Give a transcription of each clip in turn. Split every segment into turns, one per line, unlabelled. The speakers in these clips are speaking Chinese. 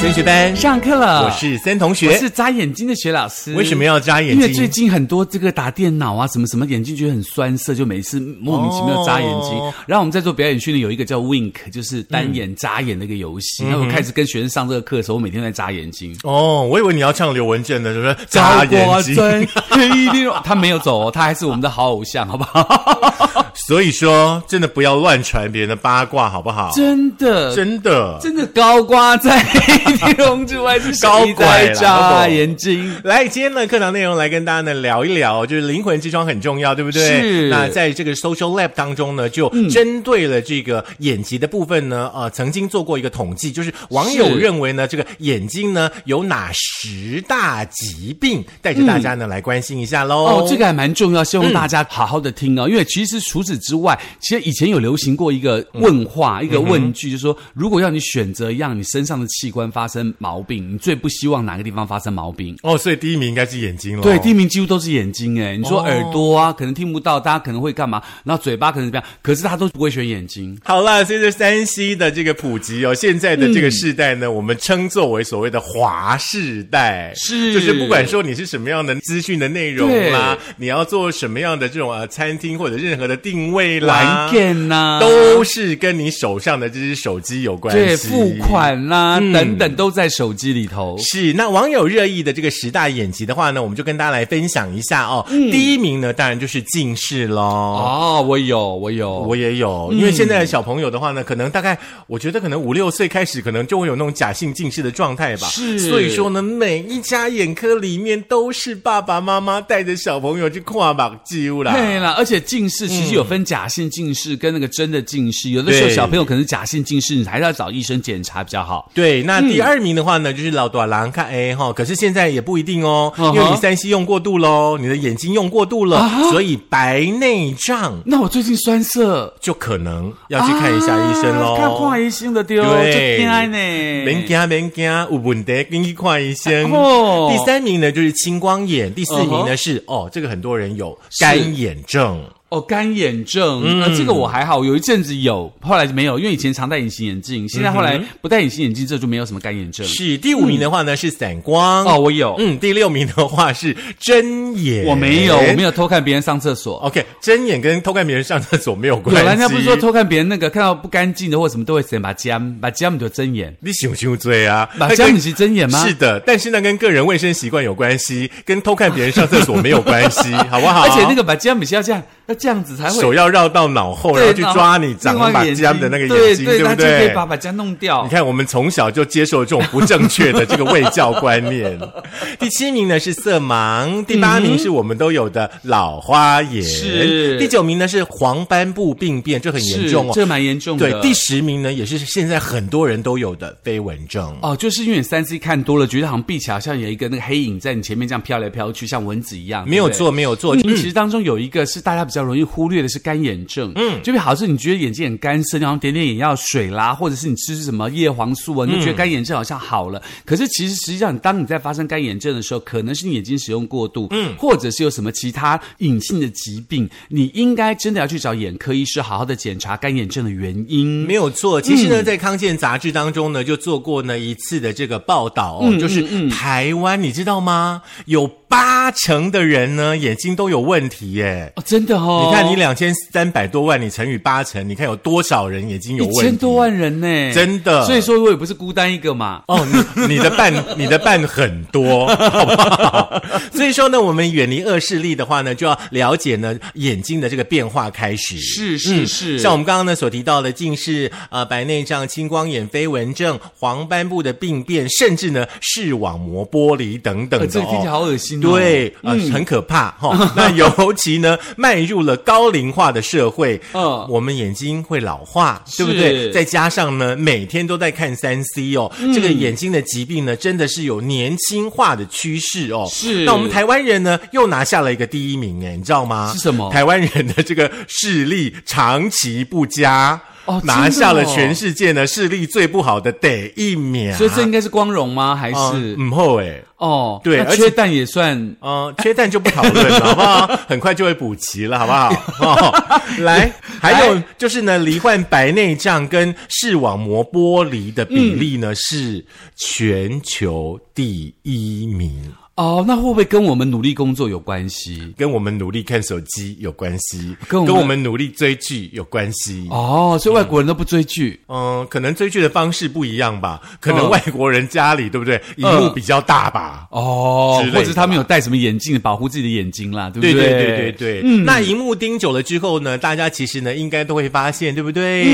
森学班，
上课了，
我是森同
我
学。
是眨眼睛的学老师。
为什么要眨眼睛
因为最近很多这个打电脑啊，什么什么，眼睛觉得很酸涩，就每次莫名其妙眨眼睛。
哦
然后我们在做表演训练，有一个叫 wink，就是单眼眨眼的一个游戏。那、我开始跟学生上这个课的时候，我每天在眨眼睛。
哦，我以为你要唱刘文正的，就是眨眼睛。
真一定，他没有走、哦，他还是我们的好偶像，好不好？
所以说，真的不要乱传别人的八卦，好不好？
真的，
真的。
真的高瓜在黑龙之外是谁
高拐
在
啦
眨眼睛。
来，今天的课堂内容来跟大家呢聊一聊，就是灵魂之窗很重要，对不对？
是嗯
那在这个 social lab 当中呢，就针对了这个眼疾的部分呢，呃，曾经做过一个统计，就是网友
是
认为呢，这个眼睛呢有哪十大疾病，带着大家呢、来关心一下喽。
嗯哦，这个还蛮重要，希
嗯
望大家好好的听哦。因为其实除此之外，其实以前有流行过一个问
嗯
话，一个问句，就是说，如果要你选择让你身上的器官发生毛病，你最不希望哪个地方发生毛病？
哦，所以第一名应该是眼睛了。
对，第一名几乎都是眼睛哎，你
哦
说耳朵啊，可能听不到，大家可能会干嘛？然后嘴巴可能怎么样？可是他都不会选眼睛。
好啦，随着三 C 的这个普及哦，现在的这个世代呢，我们称作为所谓的“华世代”，
是
就是不管说你是什么样的资讯的内容啦，你要做什么样的这种呃餐厅或者任何的定位啦
玩，电呐、
啊都是跟你手上的这只手机有关
对
系，嗯
付。款啦、等等都在手机里头。
是，那网友热议的这个十大眼疾的话呢，我们就跟大家来分享一下哦。第一名呢，当然就是近视喽。
嗯哦，嗯我有，我有，
我也有，因为现在的小朋友的话呢，可能大概我觉得可能五六岁开始，可能就会有那种假性近视的状态吧。
是
所以说呢，每一家眼科里面都是爸爸妈妈带着小朋友去跨马灸啦。
对啦，而且近
嗯
视其实有分假性近视跟那个真的近视，有的时候
对
小朋友可能是假性近视，你还是要找医生检查比较好。
对，那第二名的话呢，就是老多郎看哎哈，可是现在也不一定哦，
嗯哼
因为你三 C 用过度喽，你的眼睛用过度了，
Uh-huh
所以白内障
那我最近酸涩，
就可能要去看一下医生喽。
啊看看医生的丢，
对
这偏爱呢，
免惊免惊，有问题跟去看医生。
哦嗯
第三名呢就是青光眼，第四名呢是哦，这个很多人有干眼症。
哦，干眼症，
嗯
呃，这个我还好，有一阵子有，后来就没有，因为以前常戴隐形眼镜，现在后来不戴隐形眼镜，这就没有什么干眼症。
嗯是第五名的话呢是散光。
哦，我有，
嗯，第六名的话是睁眼。
我没有，我没有偷看别人上厕所。
OK，睁眼跟偷看别人上厕所没有哦关
有
系。
人家不是说偷看别人那个看到不干净的或什么都会怎把姜把姜就睁眼，
你想不罪啊？
把
那
姜你
跟
是睁眼吗？
是的，但是呢，跟个人卫生习惯有关系，跟偷看别人上厕所没有关 系，好不好？
而且那个把姜米是要这样，要这样子才会
哦手要绕到脑后，然后
对
去抓你长
另外一个
把
眼睛
尖的那个眼睛，
对
不
他就可
对
以？把把姜弄掉
你。看，我们从小就接受这种不正确的这个卫教观 念。第七名呢是色
嗯
盲，第八名是我们都有的老花眼，
是
第九名呢是黄斑部病变，这很严重
是
哦。
这蛮严重的。
对，第十名呢也是现在很多人都有的飞蚊症。
哦，就是因为你三 C 看多了，觉得好像闭起来，好像有一个那个黑影在你前面这样飘来飘去，像蚊子一样。
没有
对不对嗯
错，没有错，
其实当中有一个是大家比较容易忽略的是干眼症，嗯，就比好像是你觉得眼睛很干涩，然后点点眼药水啦，或者是你吃什么叶黄素啊，你
嗯
就觉得干眼症好像好了。可是其实实际上，当你在发生干眼症的时候，可能是你眼睛使用过度，嗯，或者是有什么其他隐性的疾病，你应该真的要去找眼科医师好好的检查干眼症的原因。
没有
嗯
错，其实呢，在康健杂志当中呢，就做过呢一次的这个报道哦，
嗯
就是台湾，你知道吗？有八成的人呢，眼睛都有问题耶。
哦，真的哦，
你看，你两千三百多万，你乘以八成，你看有多少人眼睛有
一
问题？
千多万人呢，
真的
所以说我也不是孤单一个嘛。
哦，你你的伴你的伴很多，好不 好？所以说呢，我们远离恶势力的话呢，就要了解呢眼睛的这个变化开始。
是是是
嗯像我们刚刚呢所提到的近视、呃白内障、青光眼、飞蚊症、黄斑部的病变，甚至呢视网膜剥离等等的、
呃，
哦。
这个听起来好恶心哦。
对，呃，很可 怕哈、那尤其呢，迈入了高龄化的社会，
嗯
我们眼睛会老化，对不
是
对？再加上呢，每天都在看三 C 哦、
嗯
这个眼睛的疾病呢，真的是有年轻化的趋势哦。
是
那我们台湾人呢，又拿下了一个第一名，哎，你知道吗？
是什么
台湾人的这个视力长期不佳。
哦真的哦
拿下了全世界呢视力最不好的得一秒。
所以这应该是光荣吗？还是
嗯后哎，
哦，
对
那
而且
缺蛋也算
嗯，缺蛋就不讨论了，好不好？很快就会补齐了，好不 好？哦，来，还有就是呢，罹患白内障跟视网膜剥离的比例呢、是全球第一名，
哦，那会不会跟我们努力工作有关系？
跟我们努力看手机有关系，
跟我们
跟我们努力追剧有关系。
哦，所以外国人都不追剧。
嗯，可能追剧的方式不一样吧，可能
嗯
外国人家里对不对，荧幕比较大吧。
哦
之类，的
或者他们有戴什么眼镜保护自己的眼睛啦，对不
对
对？嗯
对对对对，那荧幕盯久了之后呢，大家其实呢应该都会发现，对不对？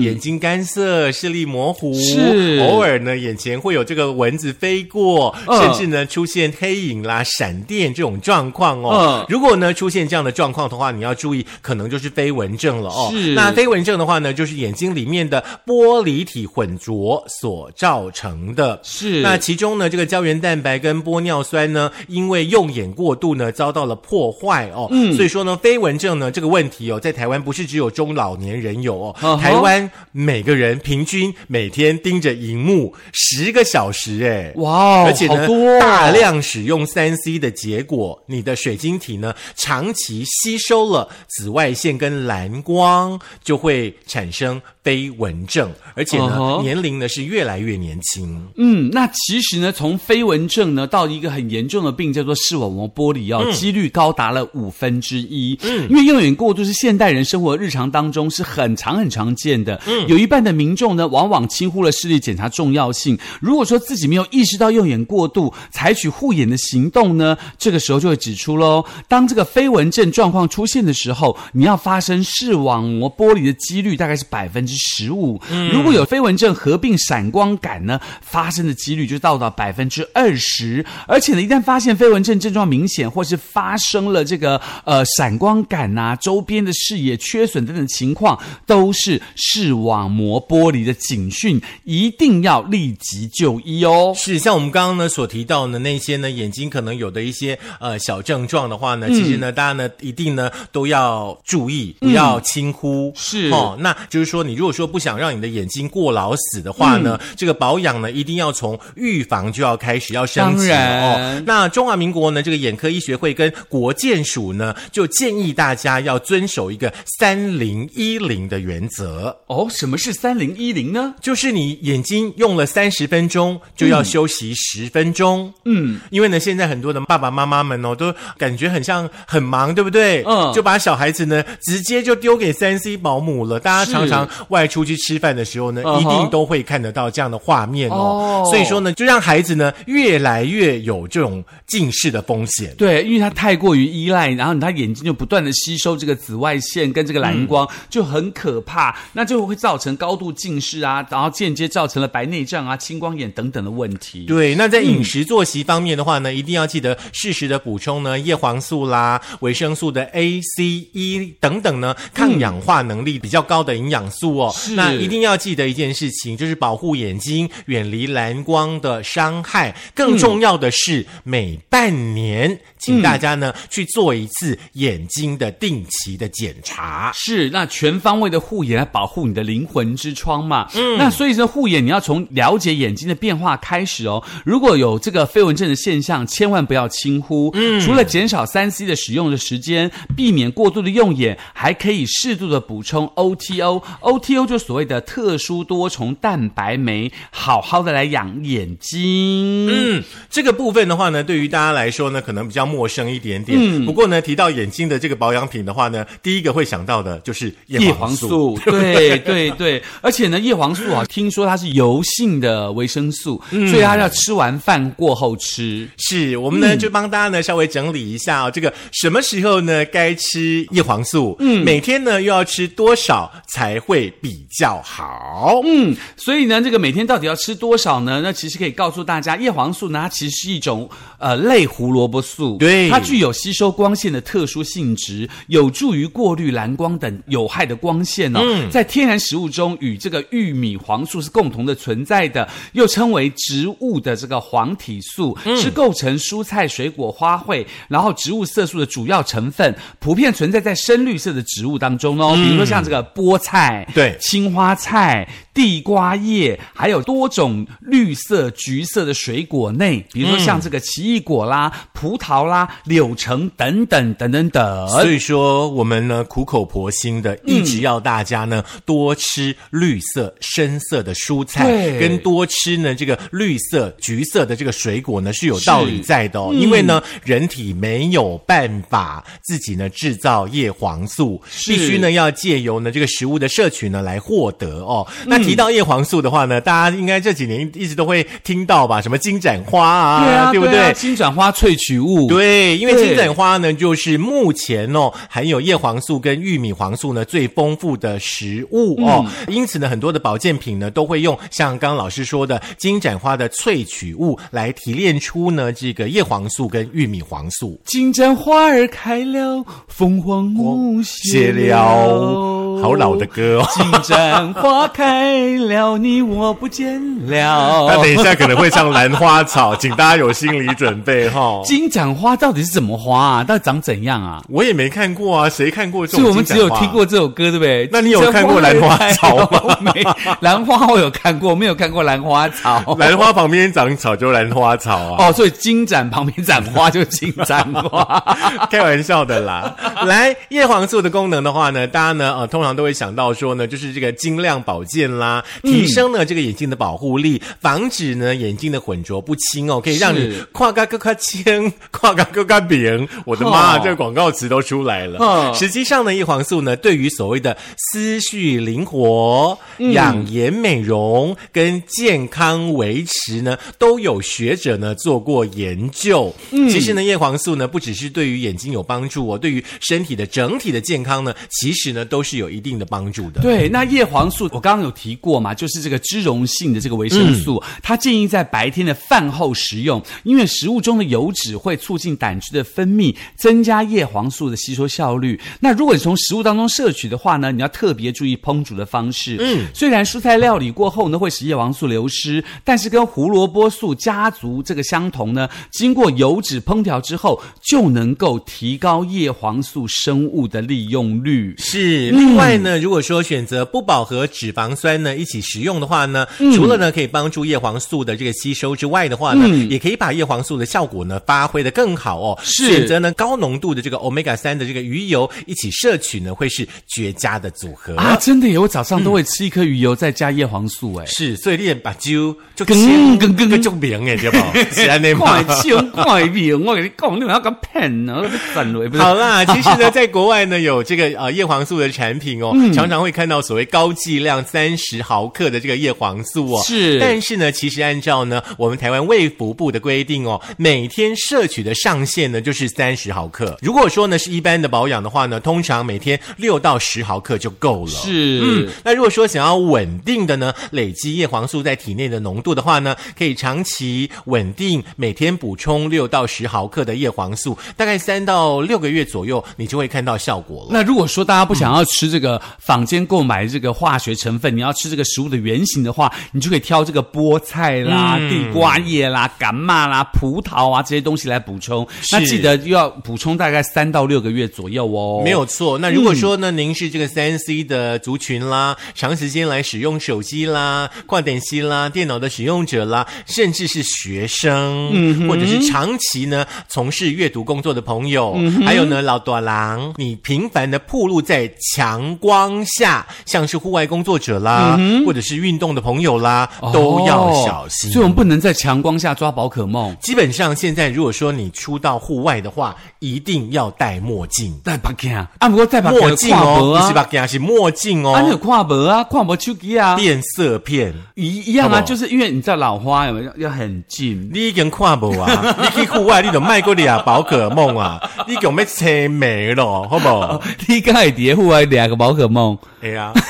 眼睛干涩，视力模糊，
嗯是
偶尔呢眼前会有这个蚊子飞过，
嗯
甚至呢出现黑影啦、闪电这种状况哦。
嗯
如果呢出现这样的状况的话，你要注意，可能就是飞蚊症了哦。
是
那飞蚊症的话呢，就是眼睛里面的玻璃体混浊所造成的。
是
那其中呢，这个胶原蛋白跟玻尿酸呢，因为用眼过度呢，遭到了破坏哦。嗯，所以说呢，飞蚊症呢这个问题哦，在台湾不是只有中老年人有哦，
嗯哼
台湾每个人平均每天盯着荧幕十个小时，哎，
哇哦
而且呢，
好多哦
大量使用三 C 的结果，你的水晶体呢长期吸收了紫外线跟蓝光，就会产生飞蚊症，而且呢
嗯哼
年龄呢是越来越年轻。
嗯，那其实呢，从飞蚊症呢到一个很严重的病叫做视网膜剥离哦，几率高达了五分之一。嗯，因为用眼过度是现代人生活日常当中是很常很常见的。嗯，有一半的民众呢，往往轻忽了视力检查重要性。如果说自己没有意识到用眼过度，采取护眼的行动呢，这个时候就会指出喽，当这个飞蚊症状况出现的时候，你要发生视网膜剥离的几率大概是百分之十五。如果有飞蚊症合并闪光感呢，发生的几率就到达百分之二十。而且呢，一旦发现飞蚊症症状明显，或是发生了这个呃闪光感呐、周边的视野缺损等等情况，都是视网膜剥离的警讯，一定要立即就医哦。
是像我们刚刚呢所提到的那些呢，眼睛可能有的一些呃小症状的话呢，
嗯
其实呢，大家呢一定呢都要注意，不要轻忽。
是
哦，那就是说，你如果说不想让你的眼睛过劳死的话呢，
嗯
这个保养呢一定要从预防就要开始，要升级了
当
哦
然。
那中华民国呢，这个眼科医学会跟国健署呢，就建议大家要遵守一个三零一零的原则。
哦，什么是三零一零呢？
就是你眼睛用了三十分钟，就
嗯
要休息十分钟。嗯，因为呢，现在很多的爸爸妈妈们哦，都感觉很像很忙，对不对？
嗯
就把小孩子呢直接就丢给三 C 保姆了。大家
是
常常外出去吃饭的时候呢，
嗯哼
一定都会看得到这样的画面哦。
哦
所以说呢，就让孩子呢越来越有这种近视的风险。
对，因为他太过于依赖，然后他眼睛就不断的吸收这个紫外线跟这个蓝光，就很可怕，那就会造成高度近视啊，然后间接造成了白内障啊、青光眼等等的问题。
对，那在饮食作息方面的话呢，一定要记得适时的补充呢叶黄素啦、维生素的 A、C、E 等等呢，抗氧化能力比较高的营养素哦。
是
那一定要记得一件事情，就是保护眼睛，远离蓝光的伤害。更重要的是，每半年请大家呢、去做一次眼睛的定期的检查。
是，那全方位的护眼来保护你的灵魂之窗嘛。嗯，那所以说护眼你要从了解眼睛的变化开始哦。如果有这个飞蚊症的现象，千万不要轻忽。嗯，除了减少三 C 的使用的时间，避免过度的用眼，还可以适度的补充 OTO。OTO 就所谓的特殊多重蛋白酶，好好的来养眼睛。嗯。
嗯，这个部分的话呢，对于大家来说呢，可能比较陌生一点点。不过呢，提到眼睛的这个保养品的话呢，第一个会想到的就是叶
叶
黄
黄
素。
素，对对对，而且呢，叶黄素啊，听说它是油性的维生素，所以它要吃完饭过后吃。
是我们呢、就帮大家呢稍微整理一下哦，这个什么时候呢该吃叶黄素？嗯，每天呢又要吃多少才会比较好？
嗯，所以呢，这个每天到底要吃多少呢？那其实可以告诉大家，叶黄素呢，它其实是一种呃类胡萝卜素，
对
它具有吸收光线的特殊性质，有助于过滤蓝光等有害的光线哦。
嗯
在天然食物中与这个玉
嗯
米黄素是共同的存在的，又称为植物的这个黄体素，是构构成蔬菜、水果、花卉，然后植物色素的主要成分，普遍存在在深绿色的植物当中哦，比如说像这个菠菜、
嗯对
青花菜、地瓜叶，还有多种绿色、橘色的水果内，比如说像这个奇异果啦、葡萄啦、柳橙等等等等等。
所以说，我们呢苦口婆心的，一直要大家呢、
嗯
多吃绿色、深色的蔬菜，
对
跟多吃呢这个绿色、橘色的这个水果呢是有道理在的哦。因为呢，人体没有办法自己呢制造叶黄素，
是
必须呢要借由呢这个食物的摄取呢来获得哦。
嗯
那提到叶黄素的话呢，大家应该这几年一直都会听到吧，什么金盏花啊，
对啊，
对不
啊金盏花萃取物，
对，因为
对
金盏花呢，就是目前哦含有叶黄素跟玉米黄素呢最丰富的食物哦，
嗯
因此呢，很多的保健品呢都会用像刚刚老师说的金盏花的萃取物来提炼出呢这个叶黄素跟玉米黄素。
金盏花儿开了，凤凰木谢了。
好老的。歌 哦。
金盏花开了，你我不见
那
了。
等一下可能会唱《兰花草》，请大家有心理准备哈、哦。
金盏花到底是怎么花啊？到底长怎样啊？
我也没看过啊，谁看过这
所
种？
以我们只有听。过这首歌，对不对？
那你有看过兰花草吗
金盏花儿开了没，兰花我有看过，没有看过兰花 草。
兰花旁边长草就兰花草啊。
哦，所以金盏旁边盏花就是金盏花。
开玩笑的啦。来，叶黄素的功能的话呢，大家呢呃通常都会想到说呢，就是这个晶亮保健啦，
嗯
提升呢这个眼睛的保护力，防止呢眼睛的混浊不清哦，可以让你
是
跨嘎嘎嘎清， 跨嘎嘎嘎扁。我的妈，
哦
这个广告词都出来了。
哦
实际上呢，叶黄素呢对于所谓的思绪灵活、
嗯
养颜美容跟健康维持呢，都有学者呢做过研究。
嗯
其实呢，叶黄素呢不只是对于眼睛有帮助哦，对于身体的整体的健康呢，其实呢都是有一定的帮助的。
对，那叶黄素我刚刚有提过嘛，就是这个脂溶性的这个维生素，它建议在白天的饭后食用，因为食物中的油脂会促进胆汁的分泌，增加叶黄素的吸收效率。那如果你从食物当中摄取的话呢，你要特别注意烹煮的方式。嗯，虽然蔬菜料理过后呢会使叶黄素流失，但是跟胡萝卜素家族这个相同呢，经过油脂烹调之后，就能够提高叶黄素生物的利用率。
是，另外呢，如果说选择不饱和脂肪酸呢一起食用的话呢，除了呢可以帮助叶黄素的这个吸收之外的话呢，也可以把叶黄素的效果呢发挥的更好哦。
是
选择呢高浓度的这个 omega 三的这个鱼油一起摄取呢，会是绝佳的组合。
啊，真的耶！我早上都会吃一颗鱼油，再加叶黄素，哎，
是，所以练把灸就
更更更
更就明哎，对不？是安内吗
快？凶快病，我跟你讲，你不要敢骗啊！我被整了，不是？
好 啦，其实呢，在国外呢有这个呃叶黄素的产品哦，
嗯
常常会看到所谓高剂量三十毫克的这个叶黄素哦。
是
但是呢，其实按照呢我们台湾卫福部的规定哦，每天摄取的上限呢就是三十毫克。如果说呢是一般的保养的话呢，通常每天六到十毫克就够了。。
是，
嗯，那如果说想要稳定的呢，累积叶黄素在体内的浓度的话呢，可以长期稳定，每天补充六到十毫克的叶黄素，大概三到六个月左右，你就会看到效果了。
那如果说大家不想要吃这个坊间购买这个化学成分，你要吃这个食物的原型的话，你就可以挑这个菠菜啦、
嗯
地瓜叶啦、甘嘛啦、葡萄啊这些东西来补充。
是
那记得又要补充大概三到六个月左右哦。嗯
没有错。那如果说呢，您是这个三 C 的族群啦，长时间来使用手机啦、跨点机啦、电脑的使用者啦，甚至是学生，
嗯
或者是长期呢从事阅读工作的朋友，
嗯
还有呢老多郎，你频繁的暴露在强光下，像是户外工作者啦，
嗯
或者是运动的朋友啦，都要小心。
哦所以我们不能在强光下抓宝可梦。
基本上，现在如果说你出到户外的话，一定要戴墨镜。
戴白镜啊，啊不过戴白镜
墨
有
镜
跨博
哦，不是
啊，
吧？镜是墨镜
啊你有
哦，
跨博啊，跨博手机啊，
变色片。
一一样
好
啊，
不好
就是因为你知道老花有没有要很近。
你已经看无 啊！你去户外，你都卖过你啊宝可梦啊！你讲要车没咯，好不好？哎
你刚才叠户外两个宝可梦，
哎呀、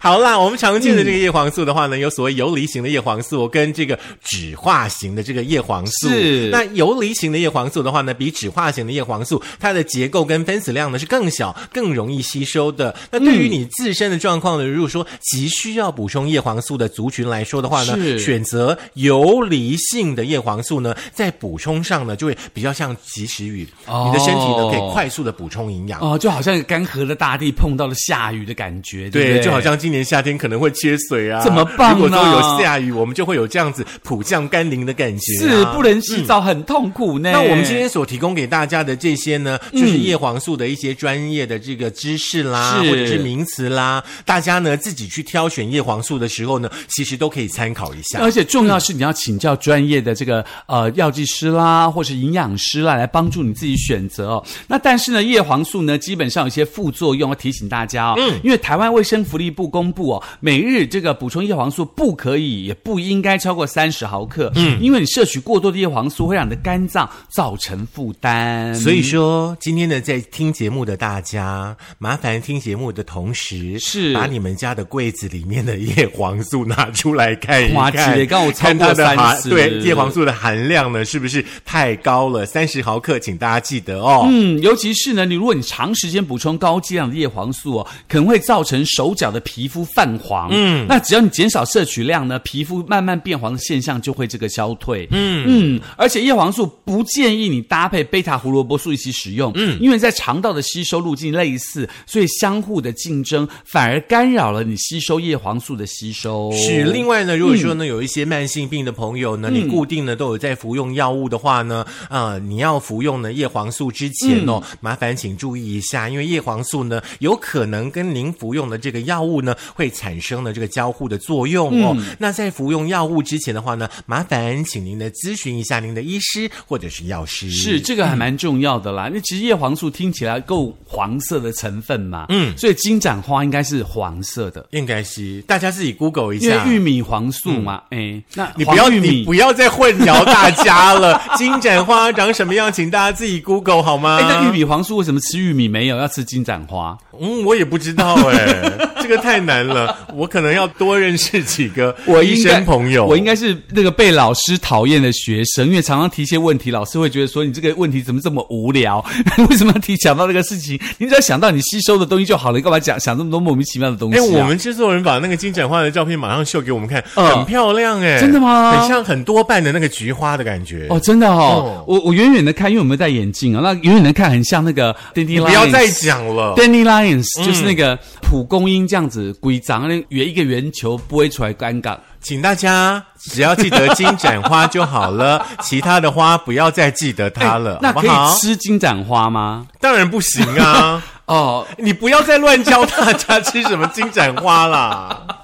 好啦，我们常见的这个叶黄素的话呢，有所谓游离型的叶黄素跟这个酯化型的这个叶黄素。
是
那游离型的叶黄素的话呢，比酯化型的叶黄素，它的结构跟分子量呢是更小，更容易吸收的。那对于你自身的状况呢，如果说急需要补充叶黄素的族群来说的话呢，
是
选择游离性的叶黄素呢，在补充上呢，就会比较像及时雨，
哦
你的身体呢可以快速的补充营养。
哦，就好像干涸的大地碰到了下雨的感觉，对不
对，
对，
就好像今年夏天可能会缺水啊，
怎么办
如果说
呢
有下雨，我们就会有这样子普降甘霖的感觉、啊
是不。能洗澡，很痛苦呢。
嗯那我们今天所提供给大家的这些呢，
嗯
就是叶黄素的一些专业的这个知识啦，
是
或者是名词啦，大家呢自己去挑选叶黄素的时候呢，其实都可以参考一下。
而且重要是你要请教专业的这个呃药剂师啦，或是营养师啦，来帮助你自己选择哦。那但是呢，叶黄素呢，基本上有一些副作用，要提醒大家哦。嗯，因为台湾卫生福利部公布哦，每日这个补充叶黄素不可以，也不应该超过三十毫克。嗯，因为你摄取过多的叶黄素会让你的肝脏造成负担。
所以说，今天呢，在听节目的大家，麻烦听节目的同时，
是
把你们家的柜子里面的叶黄素拿出来看一
哇
看，
姐刚我超
看它
过
的含
30
对叶黄素的含量呢，是不是太高了？三十毫克，请大家记得哦。
嗯，尤其是呢，你如果你长时间补充高剂量的叶黄素哦，可能会造成手脚的皮肤泛黄。嗯，那只要你减少摄取量呢，皮肤慢慢变黄的现象就会这个消退。嗯嗯，而且叶黄素不建议你搭配贝塔胡萝卜素一起使用，嗯，因为在肠道的吸收路径类似，所以相互的竞争反而干扰了你吸收叶黄素的吸收。
是，另外呢，如果说呢、有一些慢性病的朋友
嗯
呢，你固定呢都有在服用药物的话呢，呃，你要服用呢叶黄素之前哦，
嗯
麻烦请注意一下，因为叶黄素呢有可能跟您服用的这个药物呢会产生的这个交互的作用哦。
嗯
那在服用药物之前的话呢，麻烦请您呢咨询一下您的医师或者是药师。
是，这个还
嗯
蛮重要的啦。那其实叶黄素听起来够黄色的成分嘛，嗯，所以金盏花应该是黄色的，
应该是大家自己 Google 一
因为
下。嗯
玉米黄素嘛，哎、那
你不要，
黄玉
你
米
不。要再混淆大家了。 金盏花长什么样，请大家自己 Google 好吗？
哎，那玉米黄素为什么吃玉米没有，要吃金盏花？
嗯，我也不知道哎、这个太难了，我可能要多认识几个医
应该
生朋友。
我应该是那个被老师讨厌的学生，因为常常提一些问题，老师会觉得说你这个问题怎么这么无聊？ 为什么要提想到这个事情？你只要想到你吸收的东西就好了，你干嘛讲想这么多莫名其妙的东西、
哎、
啊？
我们制作人把那个金盏花的照片马上秀给我们看，
嗯
很漂亮哎、
真的吗
很像很多瓣的那个菊花的感觉。
哦，真的哦，我我远远的看，因为我没有戴眼镜啊，那远远的看很像那个 Danny
你
Lions，
不要再哦嗯讲了。
Danny Lions，就是那个蒲公英这样子规章，那圆一个圆球不会出来尴尬。
请大家只要记得金盏花就好了，其他的花不要再记得它了，
哎那
好
可
不好
以？吃金盏花吗？
当然不行啊！
哦，
你不要再乱教大家吃什么金盏花啦。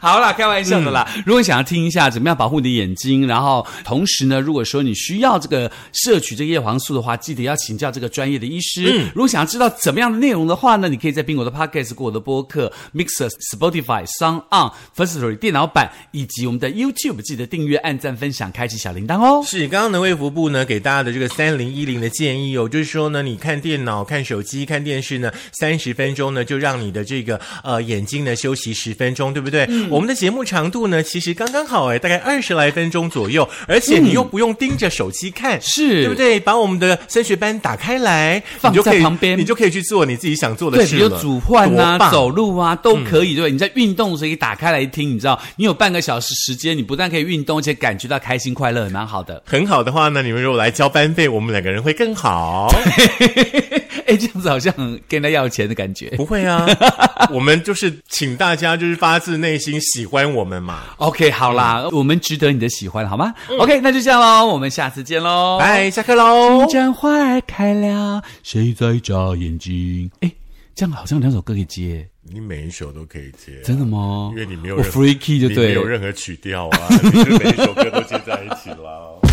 好啦，开玩笑的啦。如果想要听一下怎么样保护你的眼睛，然后同时呢，如果说你需要这个摄取这个叶黄素的话，记得要请教这个专业的医师。如果想要知道怎么样的内容的话呢，你可以在苹果的 Podcast、跟我的播客、Mixer、Spotify、s o n On、First Story 电脑版以及我们的 YouTube，记得订阅、按赞、分享、开启小铃铛哦。
是，刚刚的卫福部呢给大家的这个三零一零的建议哦，就是说呢，你看电脑、看手机、看电视呢，三十分钟呢，就让你的这个呃眼睛呢休息十分钟，对不对？
嗯
我们的节目长度呢，其实刚刚好哎，大概二十来分钟左右，而且你又不用盯着手机看，
嗯是
对不对？把我们的升学班打开来，
放
你就可以
在旁边
你就可以去做你自己想做的
对，
事
比
了。
如煮饭
多
啊、
棒
走路啊都可以，对吧？你在运动的时候可以打开来听，你知道，你有半个小时时间，你不但可以运动，而且感觉到开心快乐，也蛮好的。
很好的话呢，你们如果来交班费，我们两个人会更好。
哎，这样子好像很跟人家要钱的感觉。
不会啊，我们就是请大家就是发自内心喜欢我们嘛。
OK，好啦，我们值得你的喜欢，好吗、o k 那就这样喽，我们下次见喽，。
嗯拜，下课喽
金。盏花儿开了，谁在眨眼睛？哎，这样好像两首歌可以接，
你每一首都可以接，啊
真的吗？
因为你没有
我
任何
free key 就
你没
对
有
了。
任何曲调啊，你是每一首歌都接在一起了。